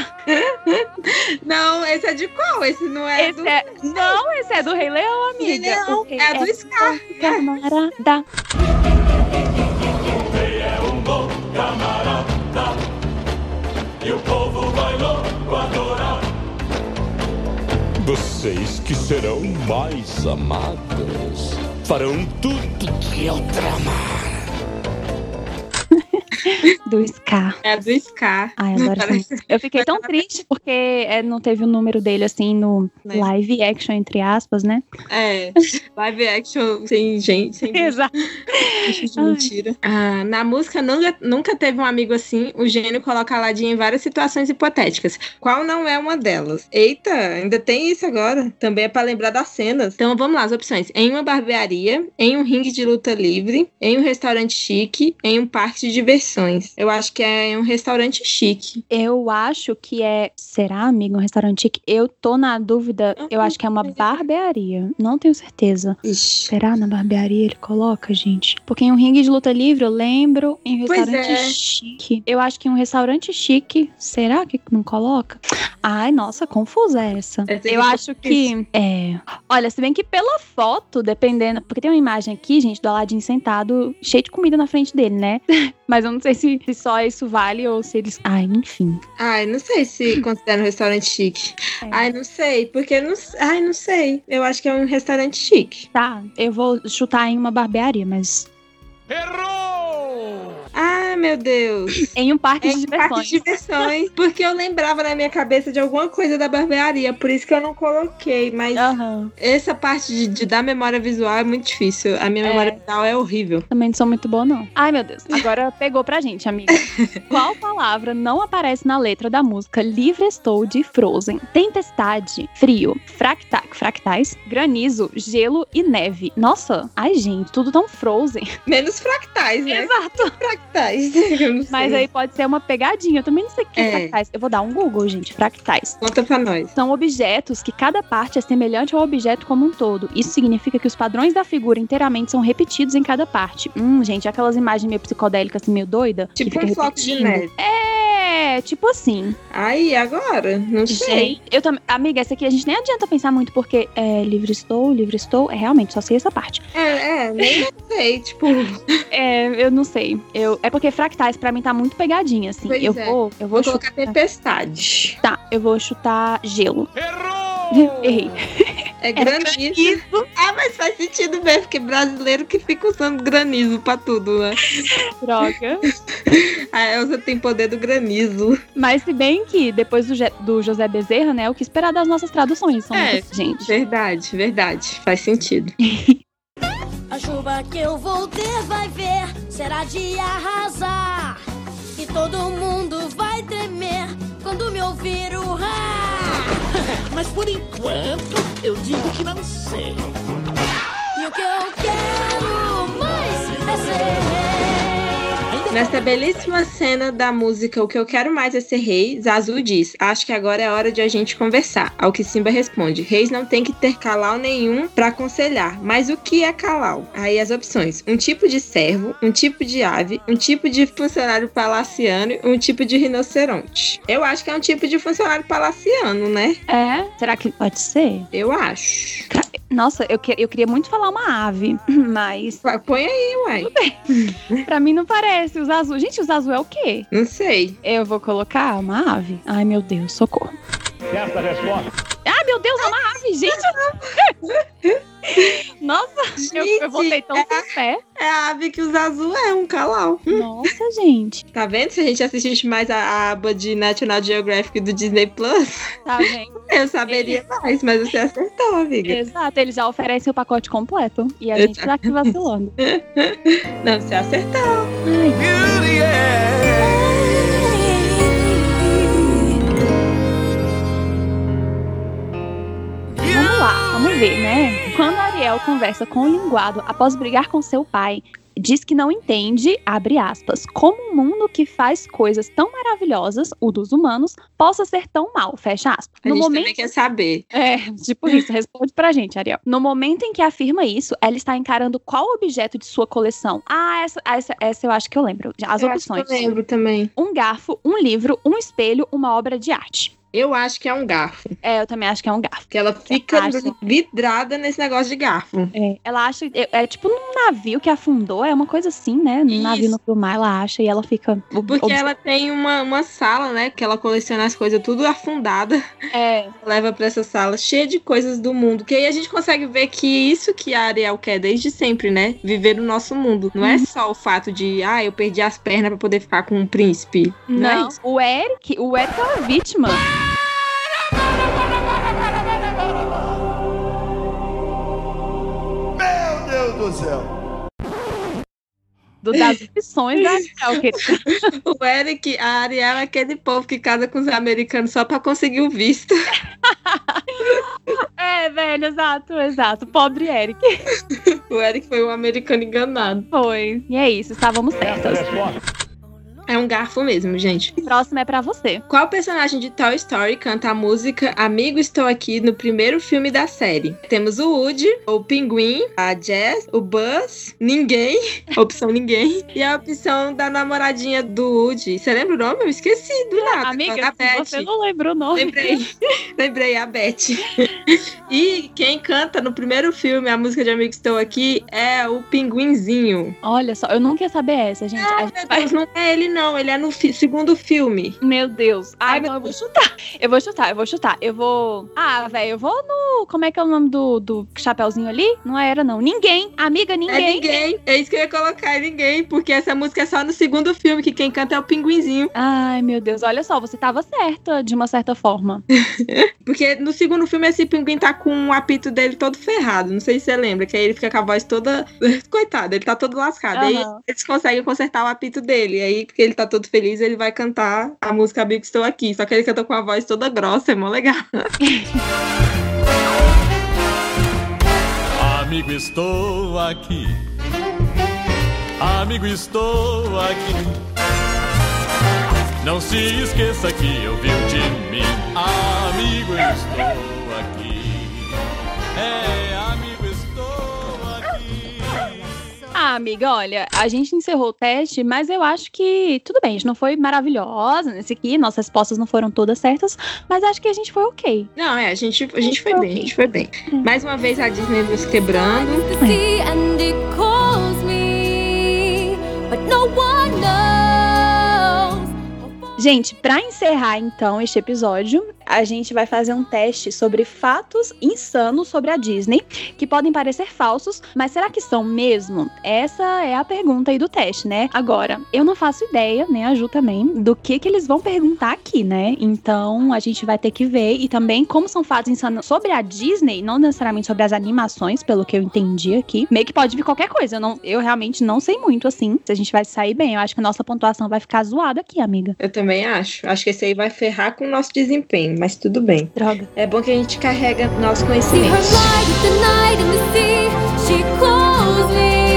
Não, esse é de qual? Esse não é Esse do. é... Não, esse é do Rei Leão, amiga. Rei Leão. O rei É a do Scar. um Camarada. Vocês que serão mais amadas farão tudo que eu tramar. Do Scar. É a do Scar. Ai, agora Parece- sim. Eu fiquei tão triste porque é, não teve o número dele assim no Né? live action, entre aspas, né? É. Live action sem gente, sem Exato. gente de Ai. mentira. Ah, na música nunca, nunca teve um amigo assim. O gênio coloca a Aladdin em várias situações hipotéticas. Qual não é uma delas? Eita, ainda tem isso agora. Também é pra lembrar das cenas. Então vamos lá, as opções. Em uma barbearia, em um ringue de luta livre, em um restaurante chique, em um parque de diversões. Eu acho que é em um restaurante chique. Eu acho que é. Será, amigo, um restaurante chique? Eu tô na dúvida. Eu acho que é uma barbearia. Não tenho certeza. Ixi. Será na barbearia ele coloca, gente? Porque em um ringue de luta livre, eu lembro. Em um Pois restaurante é. chique. Eu acho que em um restaurante chique. Será que não coloca? Ai, nossa, confusa essa. Essa é eu acho que. É. Olha, se bem que pela foto, dependendo. Porque tem uma imagem aqui, gente, do Aladdin sentado, cheio de comida na frente dele, né? Mas eu não sei se, se só isso vale ou se eles. Ai, enfim. Ai, não sei se considera um restaurante chique. É. Ai, não sei, porque não. Ai, não sei. Eu acho que é um restaurante chique. Tá, eu vou chutar em uma barbearia, mas. Ai, Ah, meu Deus. Em um parque É de um parque diversões. de diversões. Porque eu lembrava na minha cabeça de alguma coisa da barbearia, por isso que eu não coloquei. Mas Aham. essa parte de, de dar memória visual é muito difícil. A minha É. memória visual é horrível. Também não sou muito boa, não. Ai, meu Deus. Agora pegou pra gente, amiga. Qual palavra não aparece na letra da música Livre Estou de Frozen? Tempestade, frio, fracta fractais, granizo, gelo e neve. Nossa, ai, gente, tudo tão Frozen. Menos fractais, né? Exato. Fractais. Eu não sei. Mas aí pode ser uma pegadinha. Eu também não sei o que é É. fractais. Eu vou dar um Google, gente. Fractais. Conta pra nós. São objetos que cada parte é semelhante ao objeto como um todo. Isso significa que os padrões da figura inteiramente são repetidos em cada parte. Hum, gente, aquelas imagens meio psicodélicas, assim, meio doida. que Tipo fica um floco de repetindo. neve. É, tipo assim. Aí, agora? Não sei. Gente, eu também. Amiga, essa aqui a gente nem adianta pensar muito, porque é livre estou, livre estou. É realmente, só sei essa parte. É, é, nem sei. Tipo, É, eu não sei. Eu, é porque fractais pra mim tá muito pegadinha, assim. Pois eu é. vou, eu vou vou, chutar. colocar tempestade. Tá, eu vou chutar gelo. Errou! Errei. É granizo. Ah, mas faz sentido mesmo, porque brasileiro que fica usando granizo pra tudo, né? Droga. A Elsa tem poder do granizo. Mas se bem que depois do, Je- do José Bezerra, né? O que esperar das nossas traduções? São É. muitas, gente. Verdade, verdade. Faz sentido. A chuva que eu vou ter vai ver, será de arrasar. E todo mundo vai tremer quando me ouvir urrar. Mas por enquanto, eu digo que não sei. E o que eu quero mais é ser Nessa belíssima cena da música O que eu quero mais é ser rei, Zazu diz: Acho que agora é hora de a gente conversar. Ao que Simba responde: Reis não tem que ter calau nenhum pra aconselhar. Mas o que é calau? Aí as opções: um tipo de servo, um tipo de ave, um tipo de funcionário palaciano e um tipo de rinoceronte. Eu acho que é um tipo de funcionário palaciano, né? É? Será que pode ser? Eu acho. Nossa, eu, que- eu queria muito falar uma ave, mas Põe aí, uai. pra mim não parece. Os azul. Gente, os azul é o quê? Não sei. Eu vou colocar uma ave. Ai, meu Deus, socorro. Testa a resposta. Ah, meu Deus, é uma ave, gente. Nossa, eu, eu voltei tão é, sem pé. é a ave que os azul é um calau. Nossa, gente. Tá vendo? Se a gente assistisse mais a, a aba de National Geographic do Disney Plus, Tá vendo? eu saberia mais, mas você acertou, amiga. Exato, eles já oferecem o pacote completo. E a gente tá aqui vacilando. Não, você acertou. Beauty and Vamos lá, vamos ver, né? Quando Ariel conversa com o linguado após brigar com seu pai, diz que não entende, abre aspas, como um mundo que faz coisas tão maravilhosas, o dos humanos, possa ser tão mal, fecha aspas. A No gente momento também quer saber. É, tipo isso, responde pra gente, Ariel. No momento em que afirma isso, ela está encarando qual objeto de sua coleção. Ah, essa, essa, essa eu acho que eu lembro. Já, As Eu acho que opções. Eu lembro também. Um garfo, um livro, um espelho, uma obra de arte. Eu acho que é um garfo. É, eu também acho que é um garfo. Que ela fica acho. vidrada nesse negócio de garfo. É, Ela acha. É, é tipo num navio que afundou, é uma coisa assim, né? Num Isso. navio no do mar, ela acha e ela fica. Porque ob- ela tem uma, uma sala, né? Que ela coleciona as coisas tudo afundada. É, leva pra essa sala cheia de coisas do mundo. Que aí a gente consegue ver que isso que a Ariel quer desde sempre, né? Viver o nosso mundo. Não é só o fato de, ah, eu perdi as pernas pra poder ficar com um príncipe. Não, é não. isso. o Eric, o Eric é uma vítima. Meu Deus do céu. Do, das opções da Ariel, que O Eric, a Ariel é aquele povo que casa com os americanos só pra conseguir o visto. É, velho, exato, exato. Pobre Eric. O Eric foi um americano enganado. Foi. E é isso, estávamos Testa a certas. resposta. É um garfo mesmo, gente. Próximo é pra você. Qual personagem de Toy Story canta a música Amigo Estou Aqui no primeiro filme da série? Temos o Woody, o Pinguim, a Jazz, o Buzz, ninguém, opção ninguém, e a opção da namoradinha do Woody. Você lembra o nome? Eu esqueci do nada. Amiga, a se Beth. você é não lembrou o nome. Lembrei, lembrei, a Beth. E quem canta no primeiro filme a música de Amigo Estou Aqui é o Pinguinzinho. Olha só, eu nunca ia saber essa, gente. A gente Meu vai- Deus, não é ele não, ele é no fi- segundo filme. Meu Deus. Ah, Ai, então meu eu vou chutar. Eu vou chutar, eu vou chutar. Eu vou. Ah, velho, eu vou no. Como é que é o nome do, do chapeuzinho ali? Não era, não. Ninguém. Amiga, É ninguém. ninguém. É isso que eu ia colocar, é ninguém. Porque essa música é só no segundo filme, que quem canta é o Pinguinzinho. Ai, meu Deus. Olha só, você tava certa, de uma certa forma. Porque no segundo filme esse pinguim tá com o apito dele todo ferrado. Não sei se você lembra, que aí ele fica com a voz toda. Coitado, ele tá todo lascado. Aí Aham. eles conseguem consertar o apito dele. Aí, porque ele tá todo feliz, ele vai cantar a música Amigo Estou Aqui. Só que ele canta com a voz toda grossa, é mó legal. Amigo, estou aqui. Amigo, estou aqui. Não se esqueça que ouviu de mim. Amigo, eu estou aqui. É, amigo, estou aqui. Ah, amiga, olha, a gente encerrou o teste, mas eu acho que tudo bem, a gente não foi maravilhosa nesse aqui, nossas respostas não foram todas certas, mas acho que a gente foi ok. Não, é, a gente, a gente foi bem, a gente foi bem. Uhum. Mais uma vez a Disney nos quebrando. and it calls me, but no one knows. Gente, pra encerrar então este episódio, a gente vai fazer um teste sobre fatos insanos sobre a Disney, que podem parecer falsos, mas será que são mesmo? Essa é a pergunta aí do teste, né? Agora, eu não faço ideia, nem a Ju também, do que que eles vão perguntar aqui, né? Então, a gente vai ter que ver e também como são fatos insanos sobre a Disney, não necessariamente sobre as animações, pelo que eu entendi aqui. Meio que pode vir qualquer coisa, eu, não, eu realmente não sei muito assim, se a gente vai sair bem. Eu acho que a nossa pontuação vai ficar zoada aqui, amiga. Eu também acho. Acho que esse aí vai ferrar com o nosso desempenho, mas tudo bem. Droga. É bom que a gente carrega nosso See her conhecimento. light at the night in the sea. She calls me.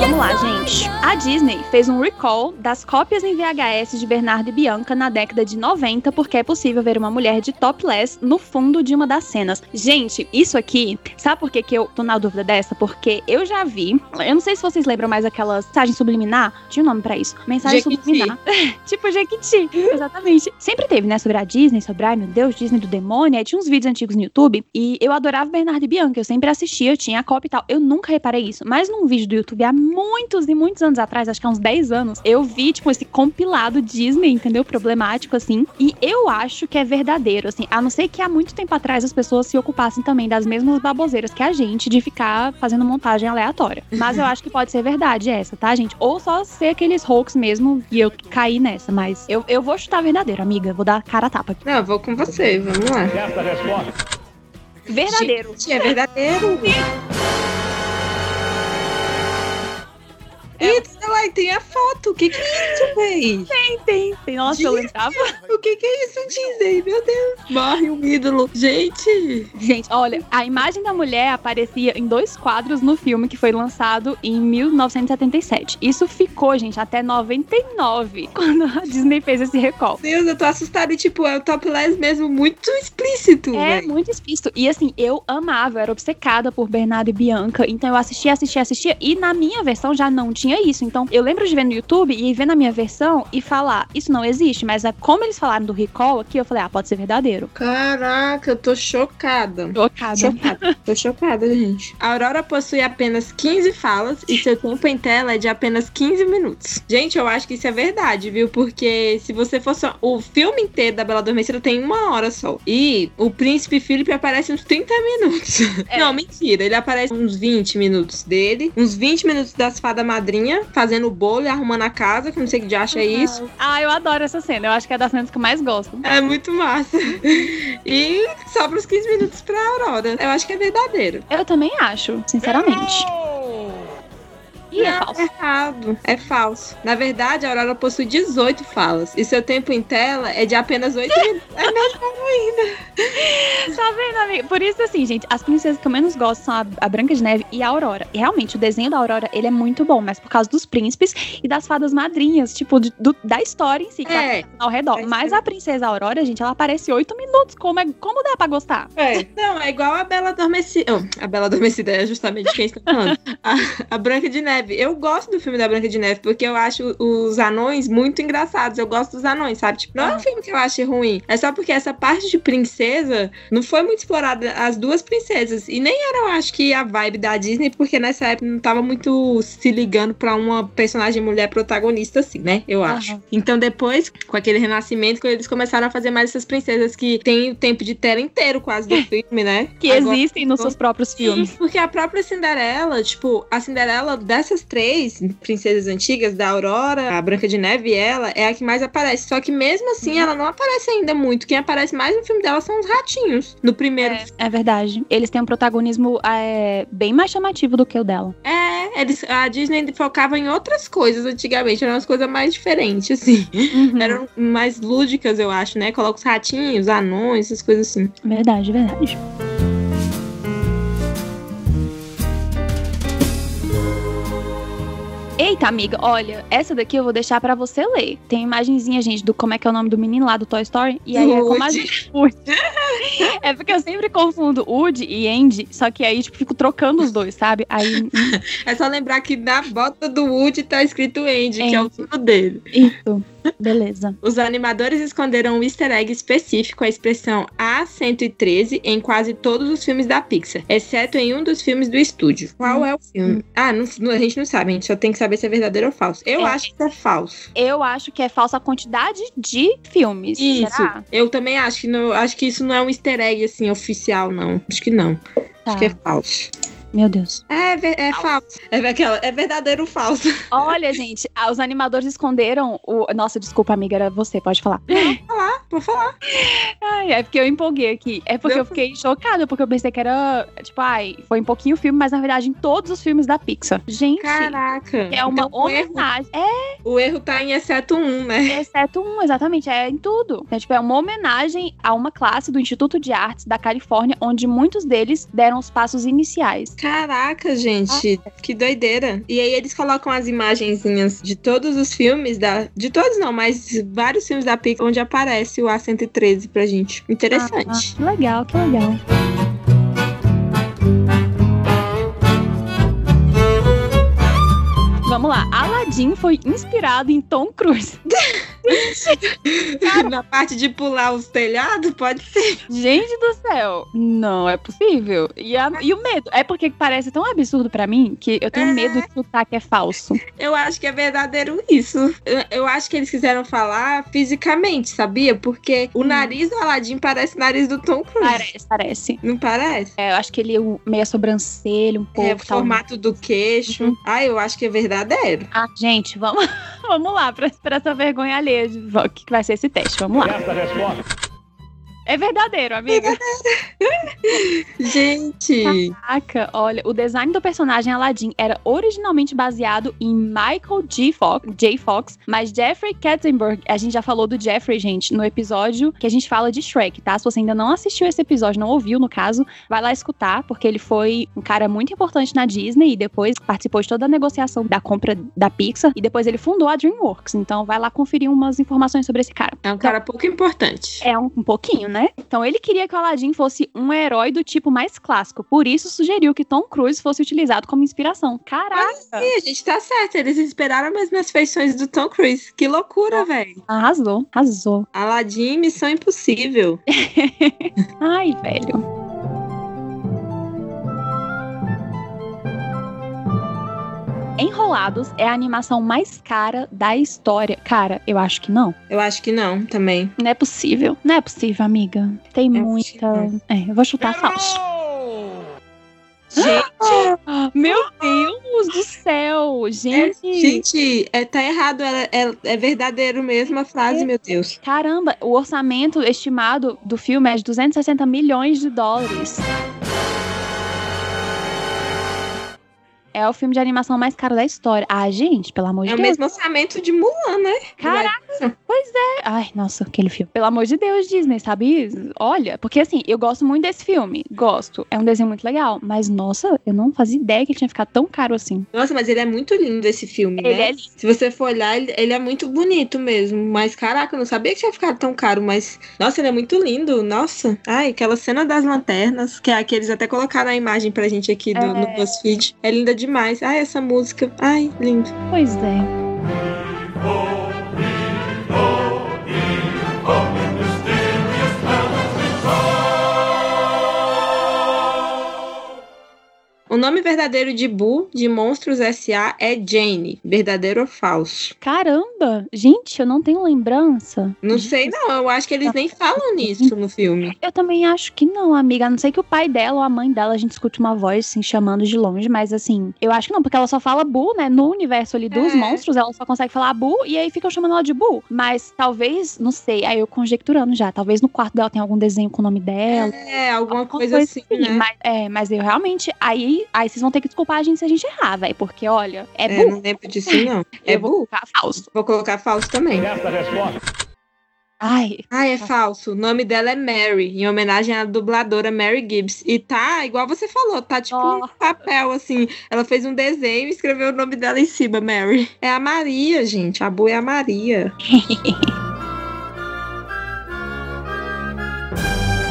Vamos lá, gente. A Disney fez um recall das cópias em VHS de Bernardo e Bianca na década de 90, porque é possível ver uma mulher de topless no fundo de uma das cenas. Gente, isso aqui, sabe por que, que eu tô na dúvida dessa? Porque eu já vi, eu não sei se vocês lembram mais aquela mensagem subliminar, tinha um nome pra isso, mensagem Jequiti. subliminar. tipo Jequiti, exatamente. Sempre teve, né, sobre a Disney, sobre, ai meu Deus, Disney do demônio, aí tinha uns vídeos antigos no YouTube, e eu adorava Bernardo e Bianca, eu sempre assistia, eu tinha a cópia e tal, eu nunca reparei isso, mas num vídeo do YouTube há muitos e muitos anos atrás, acho que há uns 10 anos, eu vi, tipo, esse compilado Disney, entendeu, problemático, assim, e eu acho que é verdadeiro, assim, a não ser que há muito tempo atrás as pessoas se ocupassem também das mesmas baboseiras que a gente, de ficar fazendo montagem aleatória, mas eu acho que pode ser verdade essa, tá, gente, ou só ser aqueles hoax mesmo, e eu caí nessa, mas eu, eu vou chutar verdadeiro, amiga, vou dar cara a tapa aqui. Não, eu vou com você, vamos lá. Certa resposta. Verdadeiro. Gente, é verdadeiro. Eita, lá, e tem a foto. O que, que é isso, véi? Tem, tem. Nossa, eu lembrava. O que, que é isso, Disney? Meu Deus. Morre um ídolo. Gente. Gente, olha, a imagem da mulher aparecia em dois quadros no filme que foi lançado em 1977. Isso ficou, gente, até 99, quando a Disney fez esse recall. Deus, eu tô assustada. E, tipo, é o topless mesmo muito explícito, É véi. muito explícito. E assim, eu amava, eu era obcecada por Bernardo e Bianca. Então eu assistia, assistia, assistia. E na minha versão já não tinha isso. Então eu lembro de ver no YouTube e ver na minha versão e falar, isso não existe. Mas ah, como eles falaram do recall aqui, eu falei, ah, pode ser verdadeiro. Caraca, eu tô chocada. Chocada. Chocada. Tô chocada, gente. A Aurora possui apenas 15 falas e seu tempo em tela é de apenas 15 minutos. Gente, eu acho que isso é verdade, viu? Porque se você fosse. O filme inteiro da Bela Adormecida tem uma hora só. E o Príncipe Felipe aparece uns 30 minutos. É. Não, mentira. Ele aparece uns 20 minutos dele, uns 20 minutos das fadas madrinha, fazendo o bolo e arrumando a casa, que não sei o que de acha é isso. Ah, eu adoro essa cena. Eu acho que é das cenas que eu mais gosto. É muito massa. E sobra os 15 minutos pra Aurora. Eu acho que é verdadeiro. Eu também acho, sinceramente. Ih, é Não, falso. errado. É falso. Na verdade, a Aurora possui 18 falas. E seu tempo em tela é de apenas 8 minutos. É mesmo ainda. Tá vendo, amiga? Por isso, assim, gente, as princesas que eu menos gosto são a, a Branca de Neve e a Aurora. E realmente, o desenho da Aurora, ele é muito bom, mas por causa dos príncipes e das fadas madrinhas, tipo, de- do- da história em si, que tá É. ao redor. É, mas sim. a princesa Aurora, gente, ela aparece oito minutos. Como, é, como dá pra gostar? É. Não, é igual a Bela Adormecida. Oh, a Bela Adormecida é justamente quem está falando. A, a Branca de Neve. Eu gosto do filme da Branca de Neve, porque eu acho os anões muito engraçados. Eu gosto dos anões, sabe? Tipo, Ah. não é um filme que eu ache ruim. É só porque essa parte de princesa não foi muito explorada. As duas princesas. E nem era, eu acho, que a vibe da Disney, porque nessa época não tava muito se ligando pra uma personagem mulher protagonista, assim, né? Eu Aham. acho. Então depois, com aquele renascimento, quando eles começaram a fazer mais essas princesas que tem o tempo de tela inteiro quase do filme, né? Que é Agora- existem nos então- seus próprios filmes. Sim, porque a própria Cinderela, tipo, a Cinderela dessas três princesas antigas, da Aurora, a Branca de Neve e ela, é a que mais aparece. Só que mesmo assim, Uhum. ela não aparece ainda muito. Quem aparece mais no filme dela são os ratinhos. No primeiro filme. É verdade. Eles têm um protagonismo é, bem mais chamativo do que o dela. É, eles, a Disney focava em outras coisas antigamente, eram umas coisas mais diferentes, assim. Uhum. Eram mais lúdicas, eu acho, né? Coloca os ratinhos, anões, essas coisas assim. Verdade, verdade. E Eita, amiga, olha, essa daqui eu vou deixar pra você ler. Tem imagenzinha, gente, do como é que é o nome do menino lá do Toy Story. E aí é como a Woody. gente. Woody. É porque eu sempre confundo Woody e Andy, só que aí, tipo, fico trocando os dois, sabe? Aí. É só lembrar que na bota do Woody tá escrito Andy, que é o Andy. filho dele. Isso. Beleza. Os animadores esconderam um easter egg específico, a expressão A113, em quase todos os filmes da Pixar, exceto em um dos filmes do estúdio. Qual é o Hum. filme? Ah, não- não- a gente não sabe, a gente só tem que saber se é verdadeiro ou falso. Eu É. acho que é falso. Eu acho que é falsa a quantidade de filmes. Isso. Será? Eu também acho que não, acho que isso não é um easter egg assim oficial não. Acho que não. Tá. Acho que é falso. Meu Deus. É, ver- é falso. É, ver- aquela- é verdadeiro ou falso? Olha, gente, ah, os animadores esconderam o. Nossa, desculpa, amiga, era você, pode falar. Vou falar. Ai, é porque eu empolguei aqui. É porque Não. eu fiquei chocada, porque eu pensei que era, tipo, ai, foi em pouquinho filme, mas na verdade em todos os filmes da Pixar. Gente, Caraca. é uma Então, o, erro, homenagem. É, o erro tá em exceto um, né? exceto um, exatamente, é em tudo. Então, tipo, é uma homenagem a uma classe do Instituto de Artes da Califórnia, onde muitos deles deram os passos iniciais. Caraca, gente, que doideira. E aí eles colocam as imagenzinhas de todos os filmes da. De todos não, mas vários filmes da Pixar onde aparece o A113 pra gente. Interessante. Ah, que legal, que legal. Vamos lá, Aladdin foi inspirado em Tom Cruise. Na parte de pular os telhados, pode ser. Gente do céu, não é possível. E, a- e o medo? É porque parece tão absurdo pra mim que eu tenho É. medo de chutar que é falso. Eu acho que é verdadeiro isso. Eu, eu acho que eles quiseram falar fisicamente, sabia? Porque o nariz do Aladdin parece o nariz do Tom Cruise. Parece, parece. Não parece? É, eu acho que ele é o- meio a sobrancelha, um pouco. é, o tal. formato do queixo. Ah, eu acho que é verdadeiro. Ah, gente, vamos, vamos lá pra, pra essa vergonha alheia. de- va- Que vai ser esse teste, vamos lá. Certa resposta. É verdadeiro, amiga. Gente. Caraca, olha, o design do personagem Aladdin era originalmente baseado em Michael G. Fox, J. Fox, mas Jeffrey Katzenberg, a gente já falou do Jeffrey, gente, no episódio que a gente fala de Shrek, tá? Se você ainda não assistiu esse episódio, não ouviu, no caso, vai lá escutar, porque ele foi um cara muito importante na Disney e depois participou de toda a negociação da compra da Pixar e depois ele fundou a DreamWorks. Então vai lá conferir umas informações sobre esse cara. É um cara pouco importante. É um, um pouquinho, né? Então ele queria que o Aladdin fosse um herói do tipo mais clássico. Por isso sugeriu que Tom Cruise fosse utilizado como inspiração. Caraca! Ih, a gente tá certo. Eles esperaram as mesmas feições do Tom Cruise. Que loucura, velho. Arrasou, arrasou. Aladdin, Missão Impossível. Ai, velho. Enrolados é a animação mais cara da história. Cara, eu acho que não. Eu acho que não, também. Não é possível. Não é possível, amiga. Tem É muita. É, eu vou chutar falso. É Ah, Gente, Meu Deus do céu! é, Gente! gente é, tá errado. É, é- é verdadeiro mesmo a frase, É. meu Deus. Caramba, o orçamento estimado do filme é de 260 milhões de dólares. É o filme de animação mais caro da história. Ah, gente, pelo amor de É o Deus. mesmo orçamento de Mulan, né? Caraca, Ai, nossa, aquele filme. Pelo amor de Deus, Disney, sabe? Olha, porque assim, eu gosto muito desse filme. Gosto. É um desenho muito legal. Mas, nossa, eu não fazia ideia que ele tinha ficado tão caro assim. Nossa, mas ele é muito lindo esse filme, Ele né? é lindo. Se você for olhar, ele, ele é muito bonito mesmo. Mas, caraca, eu não sabia que tinha ficado tão caro. Mas, nossa, ele é muito lindo. Nossa. Ai, aquela cena das lanternas, que é a que eles até colocaram a imagem pra gente aqui do, no BuzzFeed. É linda demais. Ai, essa música. Ai, lindo. Pois é. O nome verdadeiro de Boo, de Monstros S.A., é Jane. Verdadeiro ou falso? Caramba! Gente, eu não tenho lembrança. Não sei, não. Eu acho que eles nem falam nisso no filme. Eu também acho que não, amiga. A não sei que o pai dela ou a mãe dela a gente escute uma voz assim, chamando de longe, mas assim, eu acho que não, porque ela só fala Bu, né? No universo ali dos É. monstros, ela só consegue falar Bu e aí ficam chamando ela de Bu. Mas talvez, não sei, aí eu conjecturando já, talvez no quarto dela tenha algum desenho com o nome dela. É, alguma coisa coisa assim, né? mas, é, mas eu realmente. Aí, aí vocês vão ter que desculpar a gente se a gente errar, velho. Porque, olha, é, É, Bu. não lembro disso, não. É eu vou Boo? colocar falso. Vou colocar falso também. Certa resposta. Ai. Ai, é falso. O nome dela é Mary, em homenagem à dubladora Mary Gibbs. E tá, igual você falou, tá tipo um papel, assim. Ela fez um desenho e escreveu o nome dela em cima, Mary. É a Maria, gente. A Bu é a Maria.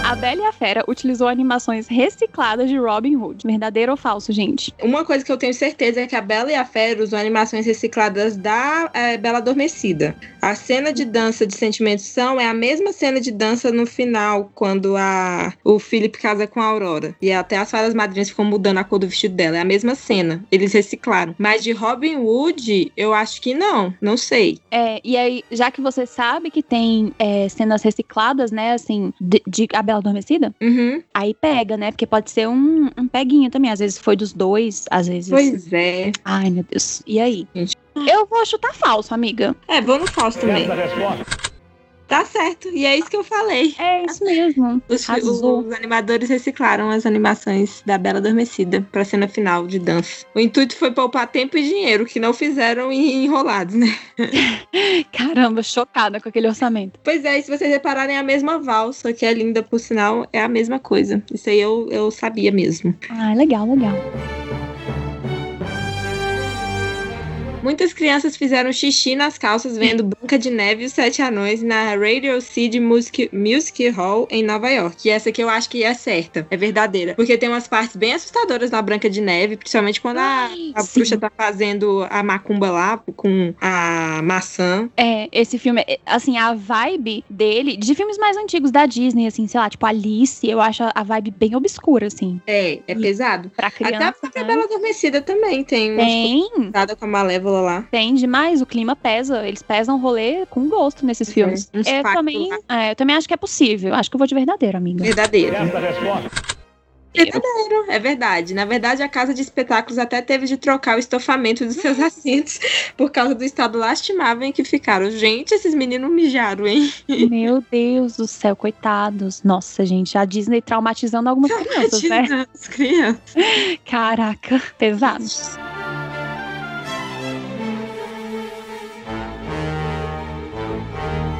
A Bela e a Fera utilizou animações recicladas de Robin Hood. Verdadeiro ou falso, gente? Uma coisa que eu tenho certeza é que a Bela e a Fera usam animações recicladas da eh, Bela Adormecida. A cena de dança de Sentimentos São é a mesma cena de dança no final, quando a, o Philip casa com a Aurora. E até as fadas madrinhas ficam mudando a cor do vestido dela. É a mesma cena. Eles reciclaram. Mas de Robin Hood, eu acho que não. Não sei. É, e aí, já que você sabe que tem é, cenas recicladas, né, assim, de, de A Bela Adormecida, Uhum. aí pega, né? Porque pode ser um, um peguinho também. Às vezes foi dos dois, às vezes. Pois é. Ai, meu Deus. E aí? Gente. Eu vou chutar falso, amiga. É, vou no falso também. Certa resposta. Tá certo. E é isso que eu falei. É isso mesmo. Os, Arrasou. os animadores reciclaram as animações da Bela Adormecida pra cena final de dança. O intuito foi poupar tempo e dinheiro, que não fizeram em enrolados, né? Caramba, chocada com aquele orçamento. Pois é, e se vocês repararem, é a mesma valsa, que é linda, por sinal, é a mesma coisa. Isso aí eu, eu sabia mesmo. Ah, legal, legal. Muitas crianças fizeram xixi nas calças vendo Branca de Neve e os Sete Anões na Radio City Music, Music Hall em Nova York. E essa que eu acho que é certa, é verdadeira. Porque tem umas partes bem assustadoras na Branca de Neve, principalmente quando a, a sim. bruxa tá fazendo a macumba lá com a maçã. É, esse filme, é, assim, a vibe dele, de filmes mais antigos da Disney, assim, sei lá, tipo Alice, eu acho a vibe bem obscura, assim, É, é Ih, pesado. pra Até a criança. própria né? Bela Adormecida também tem uma Tem, escutada com a Malévola lá. tem demais, o clima pesa, eles pesam o rolê com gosto nesses filmes. uns Eu fatos também, lá. é, eu também acho que é possível, acho que eu vou de verdadeiro, amiga. Verdadeiro. Certa resposta. Verdadeiro, é verdade. Na verdade, a casa de espetáculos até teve de trocar o estofamento dos Hum. seus assentos por causa do estado lastimável em que ficaram. Gente, esses meninos mijaram, hein? Meu Deus do céu, coitados. Nossa, gente, a Disney traumatizando algumas crianças, né? As crianças. Caraca, pesado.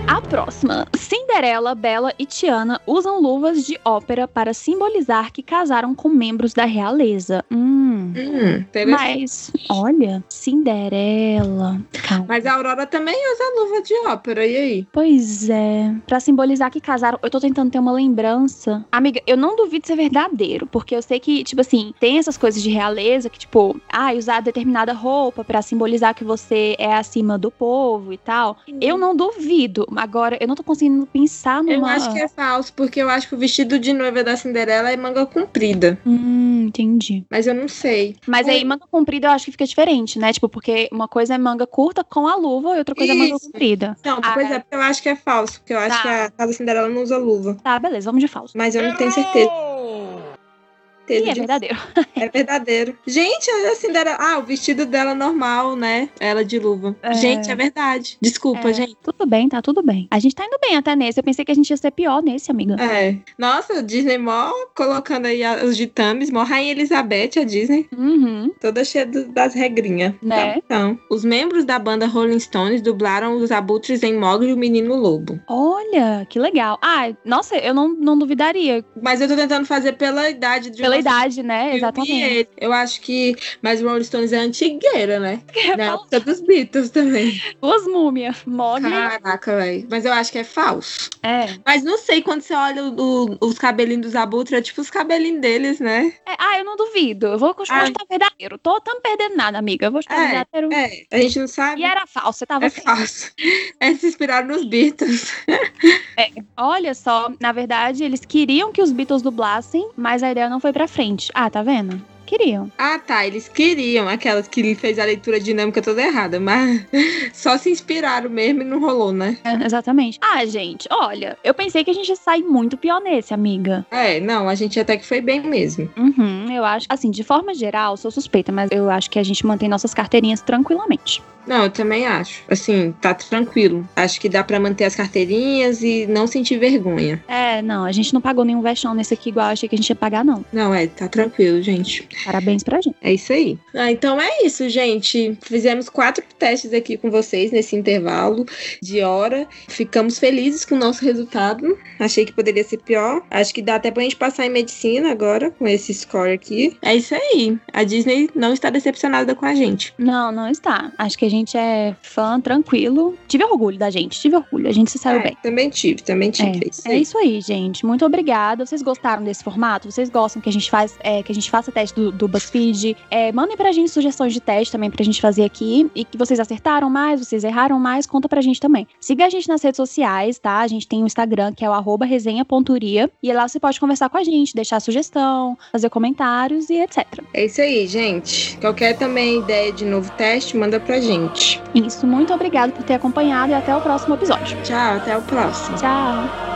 A próxima. Cinderela, Bela e Tiana usam luvas de ópera para simbolizar que casaram com membros da realeza. Hum. Hum, interessante. Mas, olha, Cinderela. Calma. Mas a Aurora também usa luva de ópera, e aí? Pois é. Pra simbolizar que casaram, eu tô tentando ter uma lembrança. Amiga, eu não duvido ser verdadeiro, porque eu sei que, tipo assim, tem essas coisas de realeza que, tipo, ah, usar determinada roupa pra simbolizar que você é acima do povo e tal. Eu não duvido. Agora, eu não tô conseguindo pensar numa. Eu acho que é falso, porque eu acho que o vestido de noiva da Cinderela é manga comprida. Hum, entendi. Mas eu não sei. Mas aí, manga comprida eu acho que fica diferente, né? Tipo, porque uma coisa é manga curta com a luva e outra coisa é manga Isso. comprida. Não, Ah, pois é, porque eu acho que é falso, porque eu acho Tá. que a casa da Cinderela não usa luva. Tá, beleza, vamos de falso. Mas eu não tenho certeza. E é de- verdadeiro. É verdadeiro. Gente, a Cinderela. Ah, o vestido dela normal, né? Ela de luva. É. Gente, é verdade. Desculpa, É, gente. Tudo bem, tá tudo bem. A gente tá indo bem até nesse. Eu pensei que a gente ia ser pior nesse, amiga. É. Nossa, Disney mó colocando aí a- os ditames, mó Rainha Elizabeth, a Disney, Uhum. toda cheia do- das regrinhas. Né? Então, os membros da banda Rolling Stones dublaram os abutres em Mogli e o Menino Lobo. Olha, que legal. Ah, nossa, eu não, não duvidaria. Mas eu tô tentando fazer pela idade de Pela vocês. idade, né? Eu vi Exatamente. ele. Eu acho que. Mas o Rolling Stones é antigueira, né? Eu Na falo, época dos Beatles também. Duas múmias. Mogli. Caraca, velho. Mas eu acho que é falso. É. Mas não sei, quando você olha o- o- os cabelinhos dos Abutre, é tipo os cabelinhos deles, né? É, Ah, eu não duvido. Eu vou continuar Ai. chutar verdadeiro. Tô tamo perdendo nada, amiga. Eu vou chutar É, verdadeiro. É, a gente não sabe. E era falso, você tava assim. É certo. falso. Eles se inspiraram nos Beatles. Olha só, na verdade, eles queriam que os Beatles dublassem, mas a ideia não foi pra frente. Ah, tá vendo? Queriam. Ah, tá. Eles queriam aquelas que ele fez a leitura dinâmica toda errada, mas só se inspiraram mesmo e não rolou, né? É, exatamente. Ah, gente, olha, eu pensei que a gente ia sair muito pior nesse, amiga. É, não, a gente até que foi bem mesmo. Uhum, eu acho. Assim, de forma geral, sou suspeita, mas eu acho que a gente mantém nossas carteirinhas tranquilamente. Não, eu também acho. Assim, tá tranquilo. Acho que dá pra manter as carteirinhas e não sentir vergonha. É, não, a gente não pagou nenhum vexão nesse aqui igual eu achei que a gente ia pagar, não. Não, é, tá tranquilo, gente. Parabéns pra gente. É isso aí. Ah, então é isso, gente. Fizemos quatro testes aqui com vocês nesse intervalo de hora. Ficamos felizes com o nosso resultado. Achei que poderia ser pior. Acho que dá até pra gente passar em medicina agora com esse score aqui. É isso aí. A Disney não está decepcionada com a gente. Não, não está. Acho que a gente é fã, tranquilo. Tive orgulho da gente, tive orgulho. A gente se saiu É, bem. Também tive, também tive. É, é isso aí, gente. Muito obrigada. Vocês gostaram desse formato? Vocês gostam que a gente faz, é, que a gente faça teste do, do BuzzFeed? É, mandem pra gente sugestões de teste também pra gente fazer aqui. E que vocês acertaram mais, vocês erraram mais, conta pra gente também. Siga a gente nas redes sociais, tá? A gente tem o Instagram, que é o arroba resenha.uria. E lá você pode conversar com a gente, deixar sugestão, fazer comentários e etc. É isso aí, gente. Qualquer também ideia de novo teste, manda pra gente. Isso, muito obrigada por ter acompanhado e até o próximo episódio. Tchau, até o próximo. Tchau.